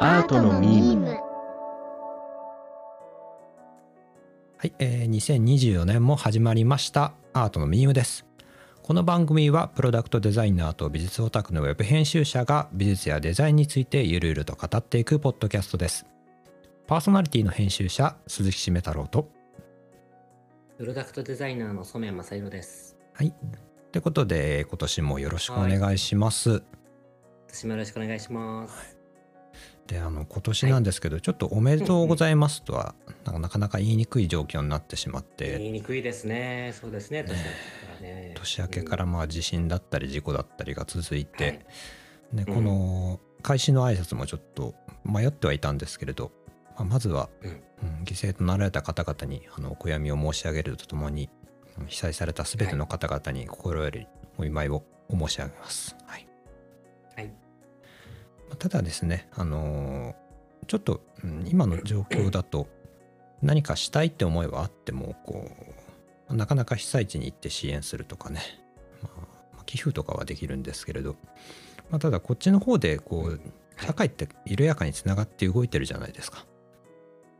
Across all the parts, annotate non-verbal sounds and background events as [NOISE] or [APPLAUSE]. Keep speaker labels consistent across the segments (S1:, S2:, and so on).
S1: アートのミーム。
S2: はい、えー2024年も始まりましたアートのミームですこの番組はプロダクトデザイナーと美術オタクのウェブ編集者が美術やデザインについてゆるゆると語っていくポッドキャストですパーソナリティの編集者鈴木しめ太郎と
S3: プロダクトデザイナーの染谷正宏です。
S2: はいということでえー今年もよろしくお願いします、
S3: 私もよろしくお願いします。
S2: であの今年なんですけど、ちょっと「おめでとうございます」とはなんかなかなか言いにくい状況になってしまって、
S3: 言いにくいですね。そうですね。年明けからね。
S2: 年明けから
S3: うん
S2: まあ地震だったり事故だったりが続いて、
S3: はい
S2: ね、
S3: うん
S2: この開始の挨拶もちょっと迷ってはいたんですけれど、まあまずは、
S3: うん
S2: うん犠牲となられた方々にあのお悔やみを申し上げるとともにうん被災された全ての方々に心よりお見舞いをお申し上げます。はい
S3: はい
S2: まあただですね、あのーちょっと、うん今の状況だと何かしたいって思いはあってもこうなかなか被災地に行って支援するとかね、まあまあ寄付とかはできるんですけれど、まあ、ただこっちの方でこう
S3: はい
S2: 社会って緩やかにつながって動いてるじゃないですか。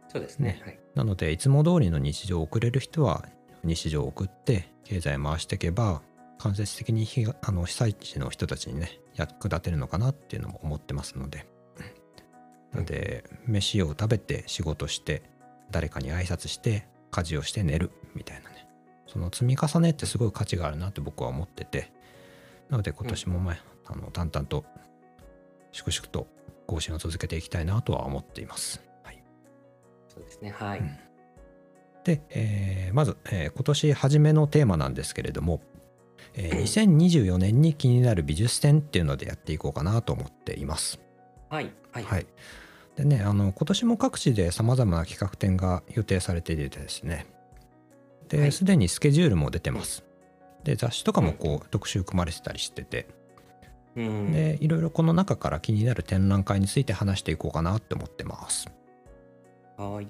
S3: そうですね。はい。
S2: なのでいつも通りの日常を送れる人は日常を送って経済回していけば間接的に被害あの被災地の人たちにね役立てるのかなっていうのも思ってますのでなので飯を食べて仕事して誰かに挨拶して家事をして寝るみたいなねその積み重ねってすごい価値があるなって僕は思っててなので今年もまああの淡々と粛々と更新を続けていきたいなとは思っています。はい
S3: そうですね。はい。
S2: うんで、えーまず、えー今年初めのテーマなんですけれども、えー2024年に気になる美術展っていうのでやっていこうかなと思っています。
S3: はい。はい。
S2: はい、でねあの今年も各地でさまざまな企画展が予定されていてですね
S3: は
S2: で
S3: い
S2: すでにスケジュールも出てます。で雑誌とかもこう特集組まれてたりしてて
S3: うん。
S2: でいろいろこの中から気になる展覧会について話していこうかなと思ってます。
S3: はい。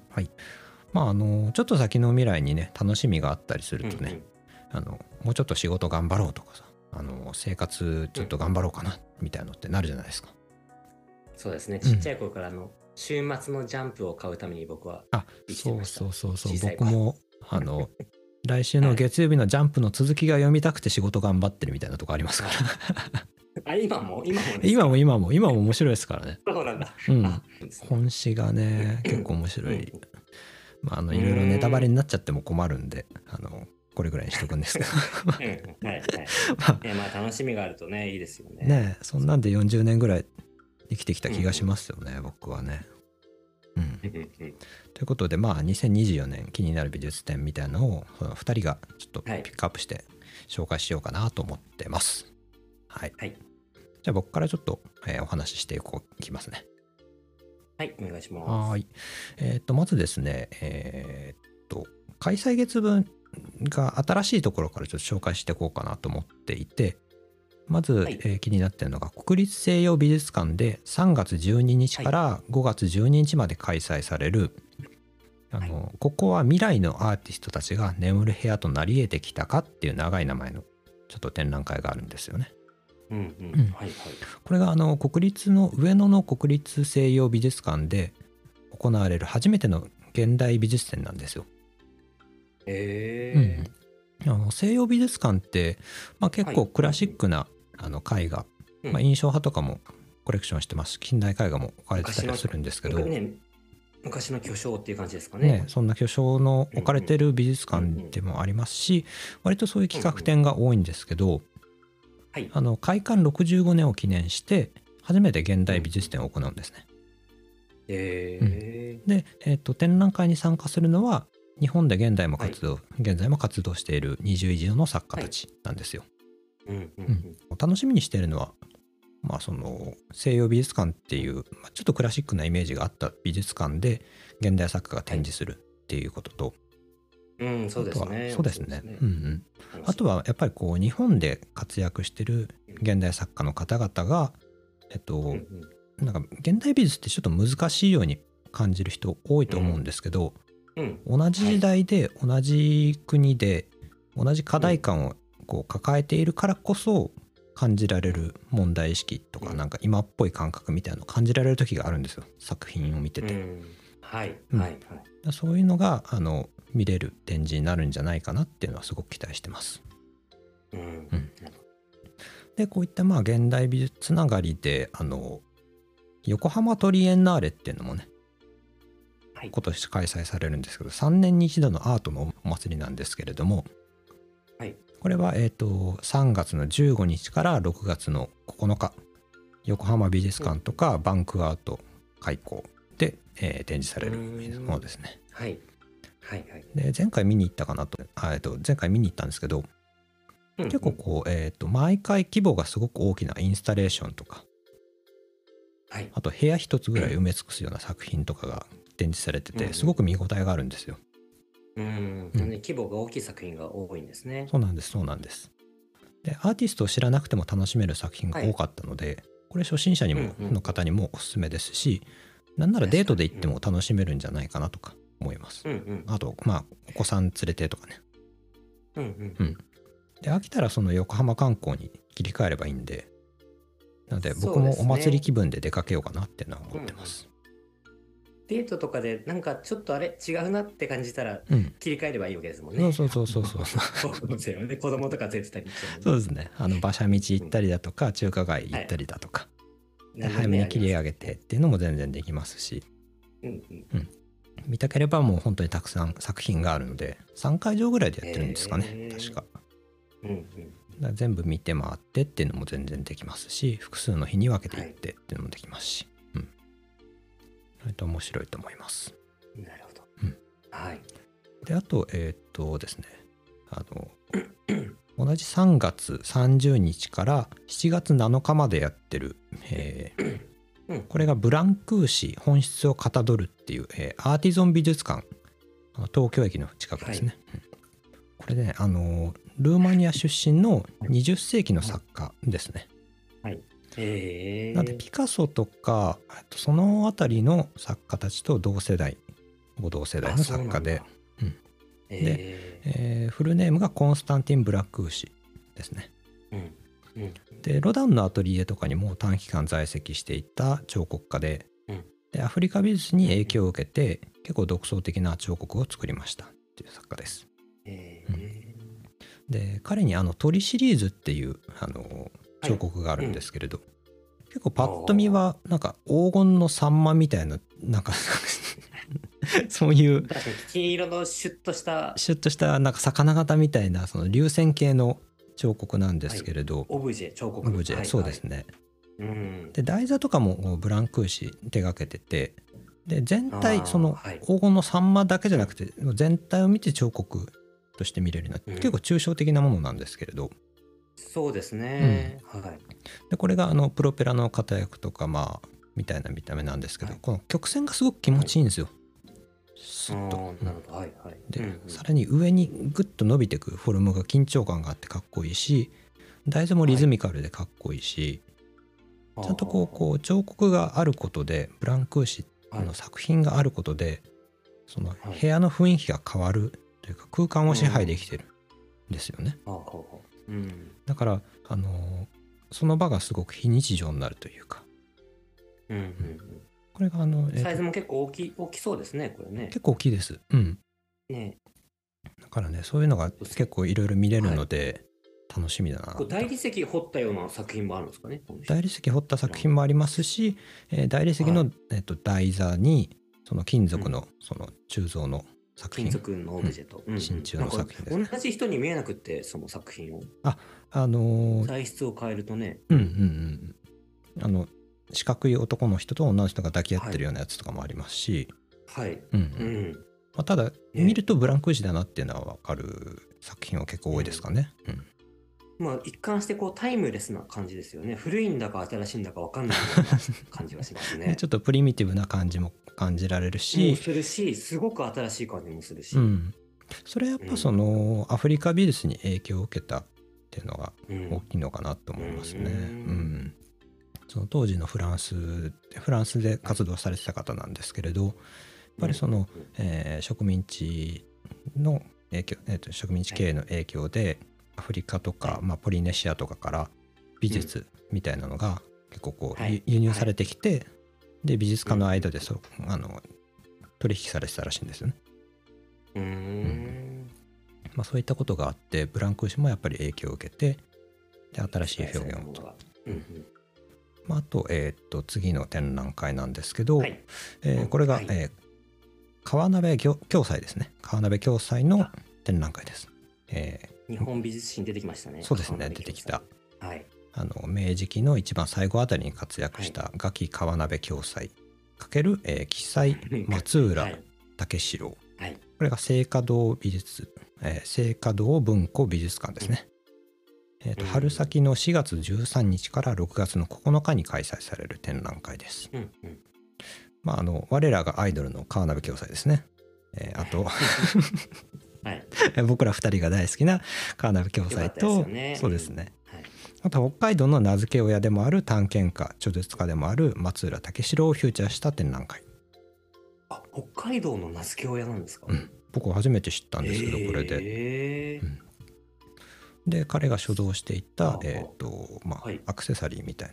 S2: まああのちょっと先の未来にね楽しみがあったりするとね、
S3: うんうん
S2: あのもうちょっと仕事頑張ろうとかさあの生活ちょっと頑張ろうかなみたいなのってなるじゃないですか。
S3: そうですね。ちっちゃい頃からあの週末のジャンプを買うために僕は
S2: あ
S3: 生きて
S2: そう
S3: ました
S2: そうそうそう
S3: 小さい
S2: 僕
S3: 頃
S2: もあ
S3: [LAUGHS]
S2: の来週の月曜日の「ジャンプ」の続きが読みたくて仕事頑張ってるみたいなとこあり
S3: [LAUGHS]
S2: ますから
S3: あ今も今もですか
S2: 今も今も今も面白いですからね。
S3: そうなんだ。
S2: う
S3: あ
S2: ん、
S3: そうですね
S2: 本誌がね結構面白い
S3: うん
S2: まああのいろいろネタバレになっちゃっても困るんであのこれぐらいにしとくんですけど
S3: うんうんはいはい。
S2: [LAUGHS] まあ
S3: いやまあ楽しみがあるとねいいですよ [LAUGHS] ね。
S2: ねえそんなんで40年ぐらい生きてきた気がしますよね、僕はね。うん
S3: うんうんうん。
S2: ということでまあ2024年気になる美術展みたいなのをその2人がちょっとピ
S3: はい
S2: ックアップして紹介しようかなと思ってます。はい、
S3: はい
S2: じゃあ僕からちょっと、えーお話ししていこういきますね。
S3: はいお願いします。
S2: はい、えー、とまずですねえーっと開催月分が新しいところからちょっと紹介していこうかなと思っていてまず、
S3: はい
S2: えー気になってるのが国立西洋美術館で3月12日から5月12日まで開催される、あのここは未来のアーティストたちが眠る部屋となり得てきたかっていう長い名前のちょっと展覧会があるんですよね。
S3: うんうん
S2: うん
S3: はいはい。
S2: これがあの国立の上野の国立西洋美術館で行われる初めての現代美術展なんですよ。
S3: ええー。
S2: あの西洋美術館って、まあ、結構
S3: はい
S2: クラシックな、あの絵画、
S3: うん
S2: まあ、印象派とかもコレクションしてますし近代絵画も置かれてたりはするんですけど、
S3: 僕ね、昔の巨匠っていう感じですかね。
S2: ね、そんな巨匠の置かれてる美術館でもありますし、割とそういう企画展が多いんですけど、
S3: はい
S2: あの開館65年を記念して初めて現代美術展を行うんですね。
S3: え
S2: で、えー、と展覧会に参加するのは日本で現代も活動、現在も活動している20以上の作家たちなんですよ。
S3: ーうんうんうん
S2: 楽しみにしているのは、まあ、その西洋美術館っていう、まあ、ちょっとクラシックなイメージがあった美術館で現代作家が展示するっていうことと、
S3: うん、そうです
S2: あとは
S3: ね。
S2: そうですねうんうん、あと
S3: は、
S2: はやっぱりこう日本で活躍してる現代作家の方々が、えっと
S3: うんうん
S2: なんか現代美術ってちょっと難しいように感じる人多いと思うんですけど、
S3: うん、
S2: 同じ時代で同じ国で同じ課題感をこう抱えているからこそ感じられる問題意識とか、
S3: うん
S2: なんか今っぽい感覚みたいなのを感じられる時があるんですよ作品を見て
S3: う
S2: て、
S3: んはい、
S2: うん
S3: はいはい
S2: そういうのがあの見れる展示になるんじゃないかなっていうのはすごく期待してます
S3: うん
S2: うんでこういったまあ現代美術つながりであの横浜トリエンナーレっていうのもね
S3: はい
S2: 今年開催されるんですけど3年に一度のアートのお祭りなんですけれども、
S3: はい
S2: これは、えー、と3月の15日から6月の9日横浜美術館とかバンクアート開校で、えー展示されるものですね。
S3: はいはいはい
S2: で前回見に行ったかなとあ、えー、と前回見に行ったんですけど
S3: [LAUGHS] うん
S2: 結構こう、えー、と毎回規模がすごく大きなインスタレーションとか
S3: はい
S2: あと部屋一つぐらい埋め尽くすような作品とかが展示されて
S3: う
S2: て
S3: ん
S2: すごく見応えがあるんですよ。
S3: うん、
S2: うん
S3: ね規模が大きい作品が多いんですね
S2: そうなんですそうなんです。でアーティストを知らなくても楽しめる作品が多かったので、これ初心者にも、
S3: うんうん
S2: の方にもおすすめですしなんならデートで行っても楽しめるんじゃないかなとか思います。
S3: うんうん
S2: あとまあお子さん連れてとかね。
S3: うんうん
S2: で飽きたらその横浜観光に切り替えればいいんでなので僕
S3: そうで
S2: も
S3: すね
S2: お祭り気分で出かけようかなっていうのは思ってます。
S3: デートとかでなんかちょっとあれ違うなって感じたら
S2: うん、
S3: 切り替えればいいわけですもん
S2: そう
S3: ね
S2: そうそうそうそう。
S3: [LAUGHS] そうですよね子供とか連れてたりして
S2: そう
S3: も
S2: ですねあの馬車道行ったりだとか中華街行ったりだとか、
S3: ね
S2: 早めに切り上げてっていうのも全然できますし
S3: うんうん
S2: 見たければもう本当にたくさん作品があるので3会場ぐらいでやってるんですかね、
S3: へー
S2: 確か
S3: うんうん
S2: だから全部見て回ってっていうのも全然できますし複数の日に分けていってっていうのもできますし、うん割と面白いと思います
S3: なるほど
S2: うん
S3: はい
S2: であとえーっとですねあの同じ3月30日から7月7日までやってる、えー
S3: うん
S2: これがブランクー市本質をかたどるっていう、えーアーティゾン美術館あの東京駅の近くですね、うんこれねあのールーマニア出身の20世紀の作家ですね
S3: へえ
S2: なんでピカソとかあとその辺りの作家たちと同世代ほぼ同世代の作家で
S3: で
S2: えーフルネームがコンスタンティン・ブラックー氏ですね。
S3: うんうん
S2: でロダンのアトリエとかにも短期間在籍していた彫刻家で,、
S3: うん
S2: でアフリカ美術に影響を受けて結構独創的な彫刻を作りましたっていう作家です。
S3: へ
S2: う
S3: え
S2: で彼にあの鳥シリーズっていうあの彫刻があるんですけれど、結構パッと見はなんか黄金のサンマみたいななんか [LAUGHS] そういう
S3: 確かに金色のシュッとした
S2: シュッとしたなんか魚型みたいなその流線形の彫刻なんですけれど、
S3: オブジェ彫刻
S2: オブジェ、
S3: はい
S2: そうですね、
S3: はいうん
S2: で台座とかもブランクーシ手がけててで全体
S3: あー
S2: その
S3: はい
S2: 黄金のサンマだけじゃなくて全体を見て彫刻として見れるよう
S3: う
S2: なん結構抽象的なものなんですけれど
S3: そうですねはい
S2: でこれがあのプロペラの型役とかまあみたいな見た目なんですけど
S3: はい
S2: この曲線がすごく気持ちいいんですよスッと
S3: あーなるほどはいはいうん
S2: で
S3: うん
S2: さらに上にグッと伸びてくフォルムが緊張感があってかっこいいし台座もリズミカルでかっこいいし、ちゃんとこうこう彫刻があることでブランクーシ
S3: はい
S2: の作品があることでその
S3: い
S2: 部屋の雰囲気が変わるというか空間を支配できてるんですよね
S3: あーほうほううん
S2: だからあのーその場がすごく非日常になるというか
S3: うんうん
S2: これがあの、
S3: う
S2: えー
S3: んサイズも結構大きい大きそうですねこれね
S2: 結構大きいですうん
S3: ね
S2: だからねそういうのが結構いろいろ見れるので楽しみだな
S3: こう大理石掘ったような作品もあるんですかねこの人
S2: 大理石掘った作品もありますし、えー大理石の、
S3: は
S2: えっと台座にその金属の、その鋳造の作
S3: 金
S2: 品
S3: 属のオブジェと、うんうん
S2: 真鍮の作品です
S3: なんか同じ人に見えなくってその作品を
S2: あのー
S3: 材質を変えるとね
S2: うんうんうんうんあの四角い男の人と女の人が抱き合ってるようなやつとかもありますし、
S3: はい
S2: うん
S3: う
S2: うん
S3: ん
S2: まあ、ただ見るとブランク時だなっていうのは分かる作品は結構多いですかね、うん
S3: まあ一貫してこうタイムレスな感じですよね古いんだか新しいんだかわかんないような感じがします
S2: [LAUGHS]
S3: ね
S2: ちょっとプリミティブな感じも感じられる
S3: もう
S2: し、
S3: するしすごく新しい感じもするし、
S2: うん、それはやっぱそのアフリカ美術に影響を受けたっていうのが
S3: うん
S2: 大きいのかなと思いますね。う
S3: うん
S2: ん、その当時のフランスフランスで活動されてた方なんですけれどやっぱりその、
S3: うん
S2: えー植民地の影響、えーと植民地経営の影響でアフリカとか、まあ、ポリネシアとかから美術みたいなのが結構こう、
S3: はい
S2: ゆ輸入されてきて、で美術家の間でそ、あの取引されてたらしいんですよね、
S3: うーん。
S2: まあ、そういったことがあってブランクーシュもやっぱり影響を受けてで新しい表現をと、
S3: うんうん
S2: まあ、あと,、えーっと次の展覧会なんですけど、
S3: はい。
S2: えーこれが、
S3: はい
S2: えー川鍋教教祭ですね川鍋教祭の展覧会です、え
S3: 日本美術史に出てきましたね。
S2: ーそうです
S3: 川
S2: ね
S3: 辺
S2: 出てき
S3: 京さ
S2: た
S3: ん。はい。
S2: あの明治期の一番最後あたりに活躍した「餓鬼川鍋教祭」かける、えー、記載松
S3: は
S2: 浦
S3: い
S2: 武四郎
S3: はい。
S2: これが聖華堂美術、えー、聖華堂文庫美術館ですね、えーと
S3: うん
S2: 春先の4月13日から6月の9日に開催される展覧会です、
S3: うんうん。
S2: まあ、あの我らがアイドルの川鍋教祭ですね、えーあと
S3: はい。
S2: [LAUGHS] 僕ら2人が大好きな川鍋教祭
S3: よか
S2: と
S3: ったですよね
S2: そうですね
S3: はい。
S2: あと北海道の名付け親でもある探検家著述家でもある松浦武四郎をフューチャーした展覧会
S3: あ、北海道の名付け親なんですか
S2: うん僕は初めて知ったんですけど、
S3: えー
S2: これでで彼が所蔵してい
S3: は
S2: た
S3: あ、
S2: えーとまあ
S3: はい
S2: アクセサリーみたい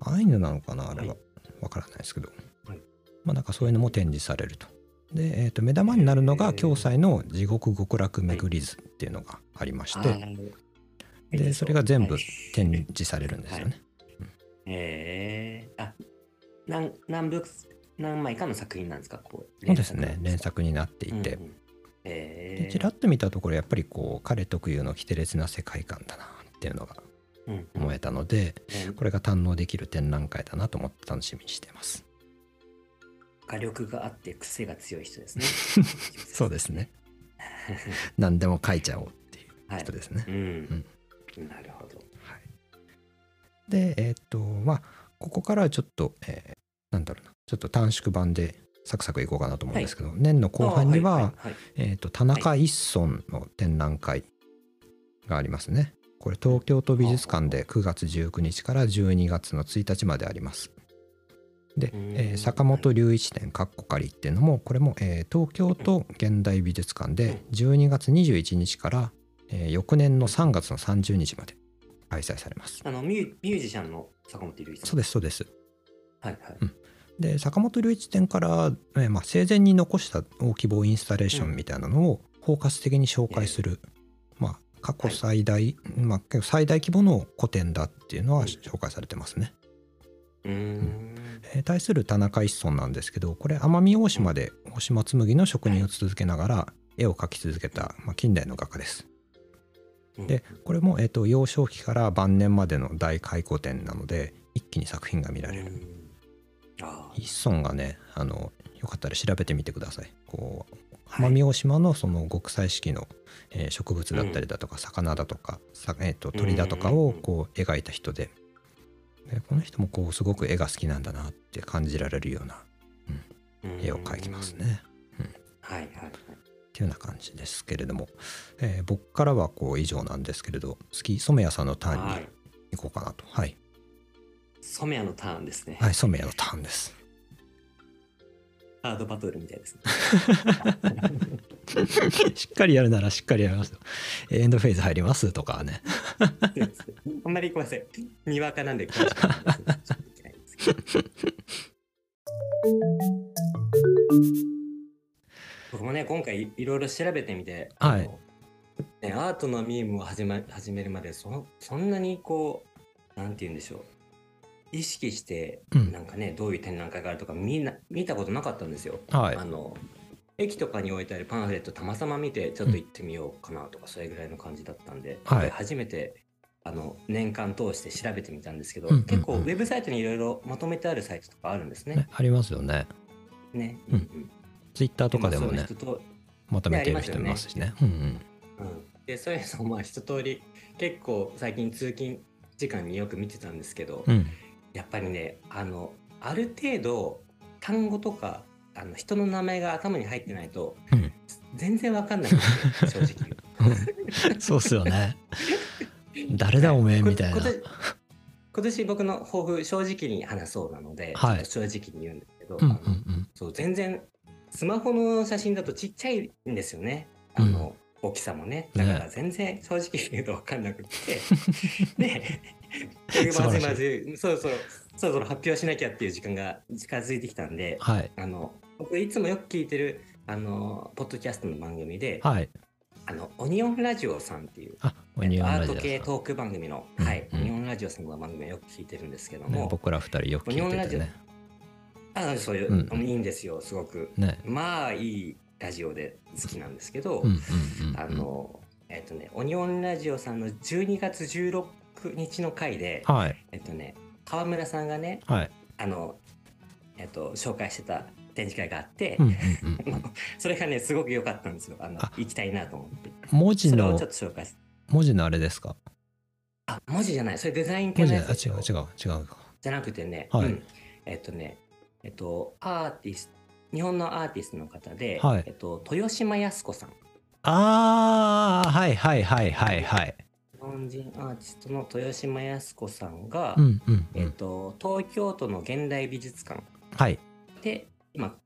S2: なアイヌなのかなあれは、
S3: は
S2: わからないですけど、
S3: はい
S2: まあなんかそういうのも展示されるとで、えーと目玉になるの
S3: へ
S2: が
S3: ー
S2: 京祭の地獄極楽巡り図っていうのがありまして、
S3: はい
S2: でそれが全部
S3: はい
S2: 展示されるんですよね、
S3: へえあ何何部何枚かの作品なんですかこう
S2: そうですね連
S3: 連作
S2: 作になってい
S3: なん
S2: て、
S3: うんうんへ
S2: で
S3: え
S2: ちらっと見たところやっぱりこう彼特有の奇烈な世界観だなっていうのが
S3: うんうん
S2: 思えたので、
S3: ね
S2: これが堪能できる展覧会だなと思って楽しみにしています。
S3: 画力があって癖が強い人
S2: [LAUGHS]
S3: ですね
S2: そうです [LAUGHS] ね。何でも書いちゃおうっていう
S3: はい
S2: 人ですね。
S3: うん、なるほど
S2: はい、でえーっとまあここからはちょっと、えーなんだろうなちょっと短縮版でサクサクいこうかなと思うんですけど、年の後半には、
S3: あいいい
S2: えーっと田中一村の展覧会がありますね。これ東京都美術館で9月19日から12月の1日まであります。で、
S3: うん
S2: えー坂本龍一展かっこかりっていうのもこれも、えー東京都現代美術館で12月21日から、えー翌年の3月の30日まで開催されます。
S3: あのミュミュージシャンの坂本龍一さん
S2: そうですそうです。
S3: はいはい
S2: で坂本龍一展から、えーまあ、生前に残した大規模インスタレーションみたいなのを包括的に紹介する、まあ、過去最大、まあ、結構最大規模の古典だっていうのは
S3: うん
S2: 紹介されてますね。
S3: うーん
S2: えー対する田中一村なんですけどこれ奄美大島で大島紬の職人を続けながら絵を描き続けた、まあ、近代の画家です。
S3: うん
S2: でこれも、えー、と幼少期から晩年までの大回顧展なので一気に作品が見られる。
S3: うんあー
S2: 一村がねあのよかったら調べてみてくださいこう
S3: はい
S2: 奄美大島のその極彩色の、えー植物だったりだとか魚だとか、さえー、と鳥だとか
S3: うんうん
S2: を
S3: うん
S2: こう描いた人ででこの人もこうすごく絵が好きなんだなって感じられるような
S3: うん
S2: 絵を描きますね。
S3: はいはいはい
S2: っていうような感じですけれども、えー僕からはこう以上なんですけれど次染谷さんのターン
S3: は
S2: に
S3: い
S2: 行こうかなとはい、
S3: 染谷のターンですね
S2: はい、染谷のターンです [LAUGHS]
S3: ハードバトルみたいですね
S2: しっかりやるならしっかりやりますとエンドフェーズ入りますとかね
S3: あんまりごめんなさい。にわかなんで詳しくないです。僕もね、今回いろいろ調べてみて、
S2: はい
S3: あのね、アートのミームを始,、ま、始めるまでその、そんなにこう、なんて言うんでしょう。意識して、
S2: うん
S3: なんかね、どういう展覧会があるとか、みんな、見たことなかったんですよ。
S2: はい
S3: あの駅とかに置いてあるパンフレットたまたま見てちょっと行ってみようかなとか、それぐらいの感じだったんで、
S2: はい
S3: 初めてあの年間通して調べてみたんですけど、
S2: うんうんうん
S3: 結構ウェブサイトにいろいろまとめてあるサイトとかあるんですね。
S2: ねありますよね
S3: ね
S2: うんツイッターとかでも
S3: まあ
S2: ね
S3: その人と
S2: まとめてる人いますしねうんうん
S3: うん、でそういうのもまあ一通り結構最近通勤時間によく見てたんですけど、
S2: うん
S3: [LAUGHS] やっぱりねあのある程度単語とかあの人の名前が頭に入ってないと、
S2: うん
S3: 全然わかんないんですよ正
S2: [LAUGHS]
S3: 直。
S2: そうっすよね誰だおめえみたいな
S3: こ今年今年僕の抱負正直に話そうなので、
S2: はい
S3: ちょっと正直に言うんですけど、
S2: うんう
S3: あ
S2: んう
S3: の
S2: ん
S3: そう全然スマホの写真だとちっちゃいんですよね
S2: [LAUGHS]
S3: あの、大きさもねだから全然正直に言うと分かんなくって、で結局
S2: 素晴らしい
S3: まずまずそろそろそろそろ発表しなきゃっていう時間が近づいてきたんで
S2: はい。
S3: あの僕いつもよく聞いてるあのポッドキャストの番組で、
S2: はい。
S3: あのオニオンラジオさんっていう
S2: あ、オニオン
S3: ア
S2: ラ
S3: ー
S2: ジ
S3: ト
S2: オ
S3: 系
S2: さん。
S3: トーク番組の、
S2: うん
S3: はい、
S2: う
S3: オ
S2: ん
S3: ニオンラジオさんの番組をよく聞いてるんですけど
S2: ね
S3: も、
S2: 僕ら二人よく聞いててね。
S3: あそういう、
S2: うんうん
S3: いいんですよすごく
S2: ね。
S3: まあいいラジオで好きなんですけど、
S2: うんうんうん、うん。
S3: あのえっとねオニオンラジオさんの12月16日の回で、
S2: はい。
S3: えっとね川村さんがね
S2: はい。
S3: あのえっと紹介してた展示会があって、
S2: うんうんうん
S3: [LAUGHS]
S2: うん。
S3: それがねすごく良かったんですよあの
S2: あ
S3: 行きたいなと思って
S2: 文字
S3: それを
S2: の
S3: ちょっと紹介す
S2: 文字のあれですか。
S3: あ文字じゃないそれデザイン系
S2: 文
S3: の
S2: 字
S3: や
S2: のあ
S3: つです
S2: 違
S3: よ
S2: う違う違うか。
S3: じゃなくてね、
S2: はい
S3: うんえっとね、えっと、アーティスト、日本のアーティストの方で、
S2: はい
S3: えっと、豊島康子さん。
S2: ああはいはいはいはいはい。
S3: 日本人アーティストの豊島康子さんが、
S2: うんうんう
S3: えっ
S2: ん。
S3: と、東京都の現代美術館
S2: はい
S3: で、今、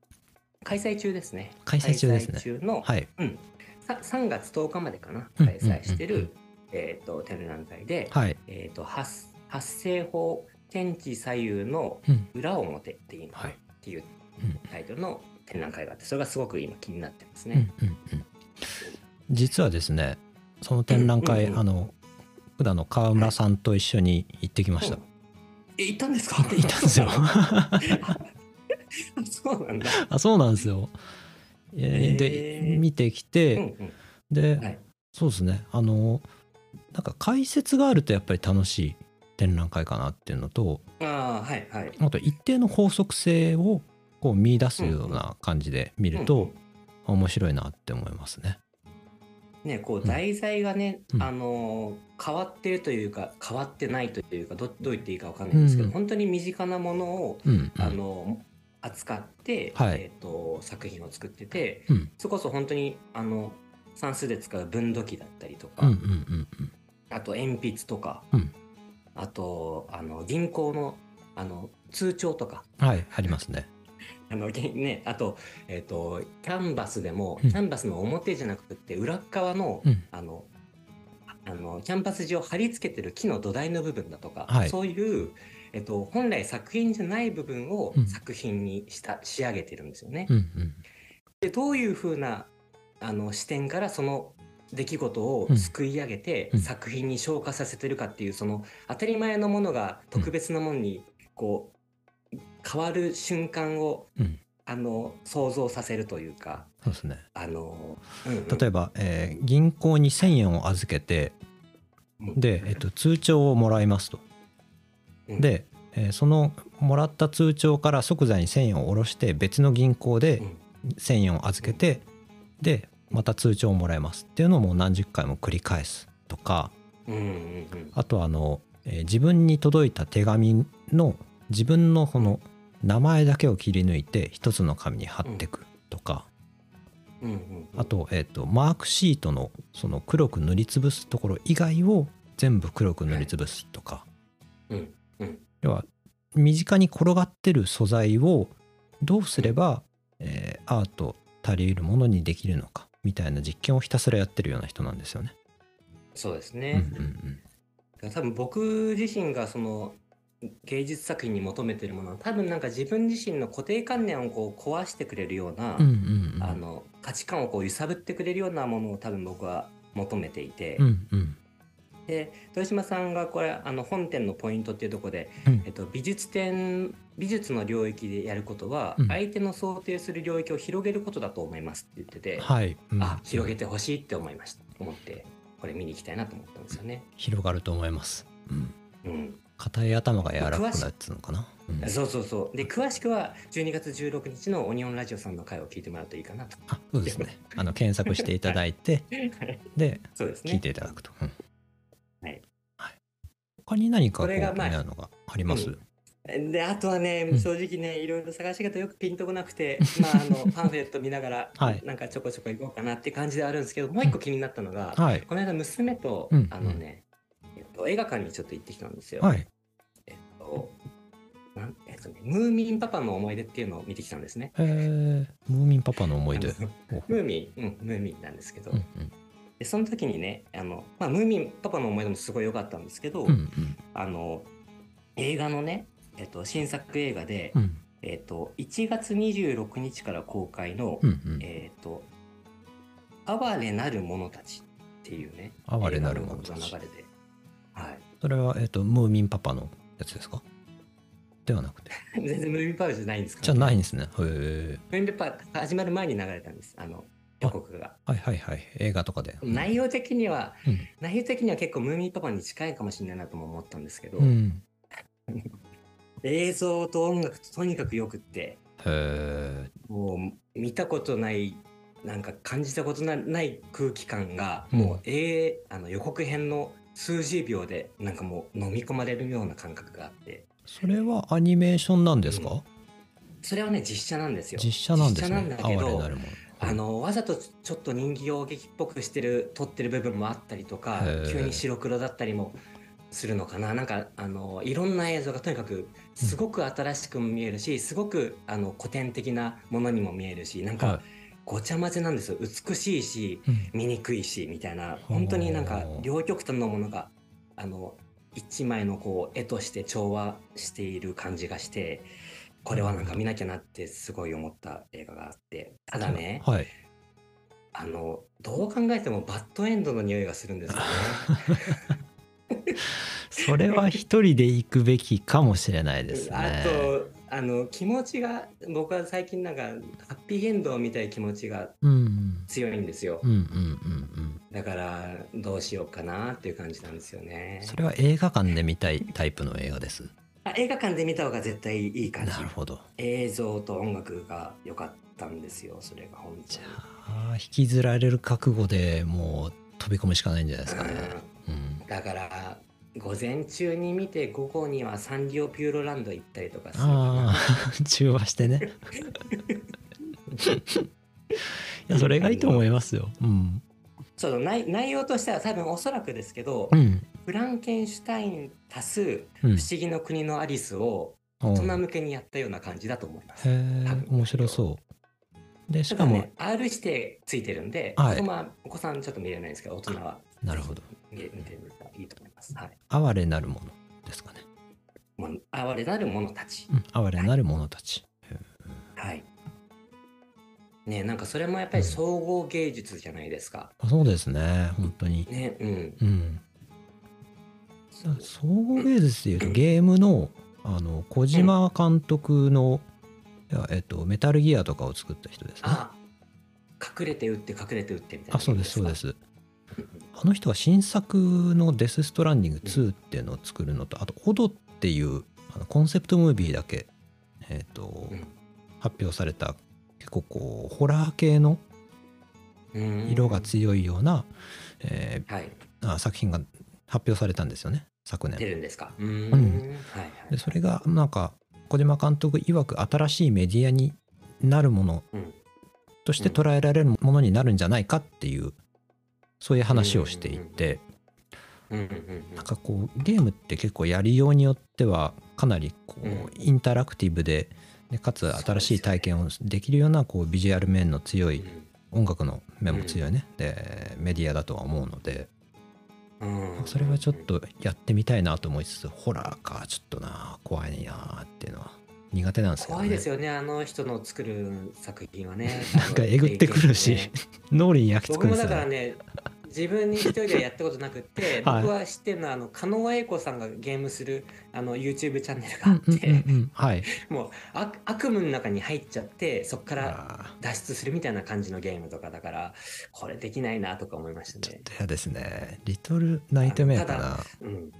S3: 開催中ですね。
S2: 開催中ですね
S3: 開催中の、
S2: はい
S3: うん、さ3月10日までかな、
S2: うん
S3: 開催してる、
S2: うんうん
S3: えっと、展覧会で、
S2: はい。
S3: えっと、発発生法、天地左右の
S2: うん
S3: 裏表っていうの
S2: はい
S3: っていう
S2: うん
S3: タイトルの展覧会があってそれがすごく今気になってます
S2: うん
S3: ね。
S2: うんうん。実はですねその展覧会、
S3: うんうんうん
S2: あの普段の川村さんと一緒に行ってきました。
S3: うんえ行ったんですか行
S2: 行ったんですよ。
S3: [LAUGHS] そうなんだ。
S2: あそうなんですよ。えー
S3: へ
S2: で
S3: ー
S2: 見てき
S3: う
S2: て、
S3: んうん
S2: で、
S3: はい
S2: そうですねあのなんか解説があるとやっぱり楽しい展覧会かなっていうのと
S3: ああはいはい。
S2: あと一定の法則性をこう見出すような感じで見る
S3: うんう
S2: と
S3: ん
S2: 面白いなって思いますね。
S3: ねこ
S2: う
S3: うん題材がね、
S2: うん
S3: あのー変わってるというか変わってないというかどどう言っていいかわかんないんですけど、
S2: うん
S3: 本当に身近なものを、
S2: うんう
S3: あ
S2: ん
S3: のー扱って、
S2: はい
S3: えっと作品を作ってて
S2: うん
S3: それこそ本当にあの算数で使う分度器だったりと
S2: う
S3: か、
S2: んうんうんうん
S3: あと鉛筆とか、
S2: うん
S3: あとあの銀行のあの通帳とか
S2: はいありますね。
S3: あの、げね、あと,、えっとキャンバスでも、
S2: うん
S3: キャンバスの表じゃなくて裏っ側の,、
S2: うん
S3: あのああのキャンバス上貼り付けてる木の土台の部分だとか、
S2: はい
S3: そういう、えっと本来作品じゃない部分を
S2: うん
S3: 作品にした、仕上げてるんですよね。
S2: うんうん
S3: でどういうふうなあの視点からその出来事を
S2: うん
S3: すくい上げて、
S2: うん
S3: 作品に昇華させてるかっていうその当たり前のものが特別なものにこう変わる瞬間を、
S2: うん
S3: あの想像させるというか
S2: そうですね。
S3: あの、うんうん
S2: 例えば、えー銀行に1,000円を預けて
S3: うん
S2: で、えっと、通帳をもらいますと。
S3: うん
S2: で、えーそのもらった通帳から即座に1,000円を下ろして別の銀行で
S3: うん
S2: 1,000円を預けてでまた通帳をもらえますっていうのをもう何十回も繰り返すとか
S3: うんうんうん
S2: あとはあの、えー自分に届いた手紙の自分のこの名前だけを切り抜いて一つの紙に貼っていくとか、
S3: うんうんうん
S2: あと,、えー、とマークシートのその黒く塗りつぶすところ以外を全部黒く塗りつぶすとか、
S3: うんうん
S2: 要は身近に転がってる素材をどうすれば、えーアート足りるものにできるのかみたいな実験をひたすらやってるような人なんですよね。
S3: そうです
S2: うんう
S3: ね、
S2: ん
S3: 多分僕自身がその芸術作品に求めてるものは多分なんか自分自身の固定観念をこう壊してくれるような、
S2: うんうんうん
S3: あの価値観をこう揺さぶってくれるようなものを多分僕は求めていて、
S2: うんうん
S3: で豊島さんがこれあの本店のポイントっていうところで、
S2: うん
S3: えっと、美術展美術の領域でやることは、
S2: うん
S3: 相手の想定する領域を広げることだと思いますって言ってて、
S2: はい、うん
S3: あ広げてほしいって思いました思ってこれ見に行きたいなと思ったんですよね。
S2: 広がると思います。うん
S3: うん、
S2: 硬い頭が柔らかくなるっつうのかな。うん
S3: そうそうそうで詳しくは12月16日のオニオンラジオさんの回を聞いてもらうといいかなと。
S2: あそうです
S3: [LAUGHS]
S2: ね。あの検索していただいてで
S3: そうですね
S2: 聞いていただくと。うん
S3: はい
S2: はい他に何かこう
S3: こ
S2: 気に
S3: れがまあ
S2: なるのがあります
S3: う？であとはね、
S2: うん
S3: 正直ねいろいろ探し方よくピンとこなく
S2: [LAUGHS]
S3: てまああのパンフレット見ながら、
S2: はい
S3: なんかちょこちょこ行こうかなって感じではあるんですけどもう一個気になったのが、
S2: はい
S3: この間娘と、
S2: うん
S3: あのね、えっと、映画館にちょっと行ってきたんですよ。
S2: はい
S3: えっとなんえっとね、ムーミンパパの思い出っていうのを見てきたんですね。
S2: えー、ムーミンパパの思い出
S3: あ。の
S2: お
S3: ムーミン、うん、ムーミンなんですけど、
S2: うん
S3: でその時にねあの、まあ、ムーミンパパの思い出もすごい良かったんですけど、
S2: うんうんうん
S3: あの映画のね、えっと、新作映画で、
S2: うん
S3: えっと、1月26日から公開の
S2: うんうん
S3: えっ、と、哀れなる者たちっていうね、
S2: 哀れなる者た
S3: 映
S2: ち
S3: 画の流れで。はい。
S2: それはえっ、とムーミンパパのやつですかではな
S3: [LAUGHS]
S2: くて
S3: 全然ムーミンパークじゃないんですか
S2: じゃないんですねへえ
S3: ムーミンパーク始まる前に流れたんです、あの、予告が。
S2: はいはいはい映画とかで
S3: 内容的には、
S2: うん
S3: 内容的には結構ムーミンパパに近いかもしれないなとも思ったんですけど、
S2: うん
S3: 映像と音楽ととにかくよくって、
S2: へえ
S3: もう見たことない、なんか感じたことなない空気感が、もう、
S2: うん
S3: えーあの予告編の数十秒で、なんかもう飲み込まれるような感覚があって、
S2: それはアニメーションなんですか、
S3: うそれはね実写なんですよ
S2: 実写なんですね
S3: 実写なんだけど
S2: 哀れなるも
S3: あのわざとちちょっと人形劇っぽくしてる撮ってる部分もあったりとか
S2: へー
S3: 急に白黒だったりもするのかななんかあのいろんな映像がとにかくすごく新しくも見えるし、すごくあの古典的なものにも見えるしなん
S2: は
S3: かごちゃ混ぜなんですよ美しいし
S2: い、うん
S3: 醜いしみたいな本当になんか
S2: ほう
S3: 両極端のものがあの一枚のこう絵として調和している感じがしてこれはなんか見なきゃなってすごい思った映画があってただね
S2: はい
S3: あのどう考えてもバッドエンドの匂いがするんですよね
S2: それは一人で行くべきかもしれないですね
S3: あとあの気持ちが僕は最近なんかハッピーエンドを見たい気持ちが
S2: うん
S3: 強いんですよ
S2: うんうんうんうん
S3: だからどうしようかなっていう感じなんですよね
S2: それは映画館で見たいタイプの映画です
S3: あ映画館で見た方が絶対いい感じ
S2: なるほど
S3: 映像と音楽が良かったんですよそれが本
S2: じ
S3: 当
S2: ゃ
S3: に
S2: あ引きずられる覚悟でもう飛び込むしかないんじゃないですかねうん
S3: うんだから午前中に見て午後にはサンリオピューロランド行ったりとかするか
S2: あ
S3: な
S2: あ [LAUGHS] 中和して
S3: [LAUGHS]
S2: ねいやそれがいいと思いますようん
S3: そう内内容としては多分おそらくですけど、
S2: うん
S3: フランケンシュタイン多数
S2: うん
S3: 不思議の国のアリスを
S2: お
S3: 大
S2: う
S3: 人向けにやったような感じだと思います、
S2: へえ面白そうでし
S3: し
S2: か
S3: か
S2: も、
S3: も、ね、R 指定ついてるんで、
S2: はい
S3: ここまあお子さんちょっと見れないんですけど大人は
S2: なるほど
S3: 見て見てみたらいいと思います、はい、
S2: 哀れなるものですかね、
S3: もう哀れなる者たち
S2: うん、哀れなる者たち
S3: はい。ねえなんかそれもやっぱり総合芸術じゃないですか。
S2: あそうですね本当に
S3: ね、うん。
S2: うん総合芸術でいうとゲームのあの小島監督の、いやえっと、メタルギアとかを作った人ですねあ
S3: あ、隠れて打って隠れて打ってみたいな。
S2: そうですそうで。す
S3: うん
S2: あの人は新作の「デス・ストランディング2」っていうのを作るのとあと「オド」っていうあのコンセプトムービーだけ、えっと
S3: うん
S2: 発表された結構こうホラー系の
S3: うん
S2: 色が強いような、え
S3: はい。
S2: ーあ作品が発表されたんですよね昨年
S3: 出るんですか。うー。
S2: うん
S3: はいはい。
S2: でそれがなんか小島監督曰く新しいメディアになるもの
S3: うん
S2: として捉えられるものになるんじゃないかっていうそういう話をしていて
S3: うんうんうん
S2: なんかこうゲームって結構やりようによってはかなりこ
S3: うん
S2: うインタラクティブででかつ新しい体験をできるようなこうビジュアル面の強
S3: う
S2: い
S3: ん。
S2: 音楽の面も強いねでメディアだとは思うので
S3: うん
S2: それはちょっ。とやってみたいなと思いつつホラーかちょっとな怖いなっていうのは苦手なんですけど
S3: 怖
S2: ね
S3: いですよね、あの人の作る作品はね。
S2: [LAUGHS] なんかえぐってくるし
S3: あ
S2: [LAUGHS] 脳
S3: のね
S2: 裏に焼き付くん
S3: 僕も
S2: です
S3: だ
S2: よ
S3: から
S2: ね。
S3: ね、自分に一人ではやったことなくっ
S2: [LAUGHS]
S3: て、
S2: はい
S3: 僕は知ってるのは、あの、加納英子さんがゲームする、あの、YouTube チャンネル
S2: う
S3: があ
S2: ん
S3: っ
S2: うん
S3: て、
S2: うんうんはい。
S3: もう悪悪夢の中に入っちゃってそこから
S2: あ
S3: 脱出するみたいな感じのゲームとかだからこれできないなとか思いまし
S2: ーち
S3: た
S2: ょっ
S3: ね。
S2: と嫌ですね。リトルナイトメアか
S3: た
S2: な。
S3: うん、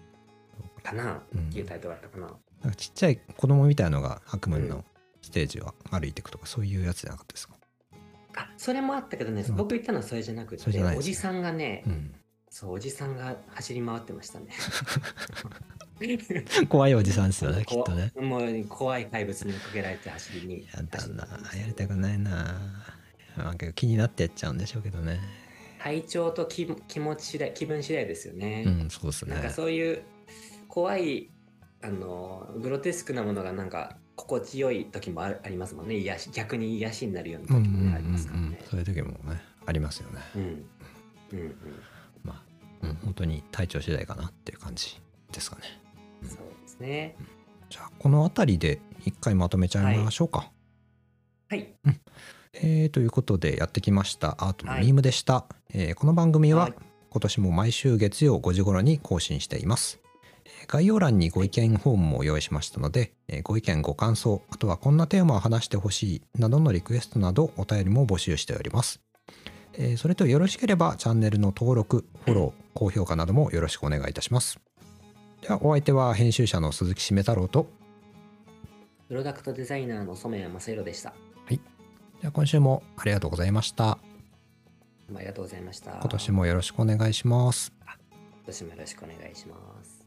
S3: かなっていうタイトルだったかな。
S2: なんかちっちゃい子供みたいのが悪夢のステージを歩いていくとかそういうやつじゃなかったですか。
S3: あそれもあったけどね、
S2: うん
S3: 僕言ったのはそれじゃなく
S2: それ
S3: て
S2: じゃない
S3: お
S2: ですね
S3: じさんがね、
S2: うん、
S3: そうおじさんが走り回ってました
S2: [LAUGHS]
S3: ね。
S2: 怖いおじさんですよねきっ
S3: こと
S2: ね。
S3: もう怖い怪物に追っかけられて走りに。
S2: やだな。やりたくないな。なんか気になってやっちゃうんでしょうけどね。
S3: 体調と気気持ち次第気分次第ですよね。
S2: うんそうですね
S3: なん。かそういう怖いあのグロテスクなものがなんか心地よい時もあるありますもんね癒し逆に癒しになるような
S2: うんうんう
S3: 時も
S2: ん
S3: ね
S2: う
S3: ありますから
S2: ん
S3: ね。
S2: そういう時もねありますよね。
S3: うんうんうん
S2: まあ、うん、本当に体調次第かなっていう感じですかね。
S3: そうですね。
S2: じゃあこの辺りで一回まとめちゃいましょうか。
S3: はい。
S2: えーということでやってきましたアートの
S3: はい
S2: ミームでした、えーこの番組は
S3: はい
S2: 今年も毎週月曜5時頃に更新していますえー概要欄にご意見フォームも用意しましたのでえーご意見ご感想あとはこんなテーマを話してほしいなどのリクエストなどお便りも募集しておりますえーそれとよろしければチャンネルの登録フォロー高評価などもよろしくお願いいたしますではお相手は編集者の鈴木しめ太郎と
S3: プロダクトデザイナーの染谷正弘でした。
S2: では今週もありがとうございました
S3: ありがとうございました。
S2: 今年もよろしくお願いします
S3: 今年もよろしくお願いします。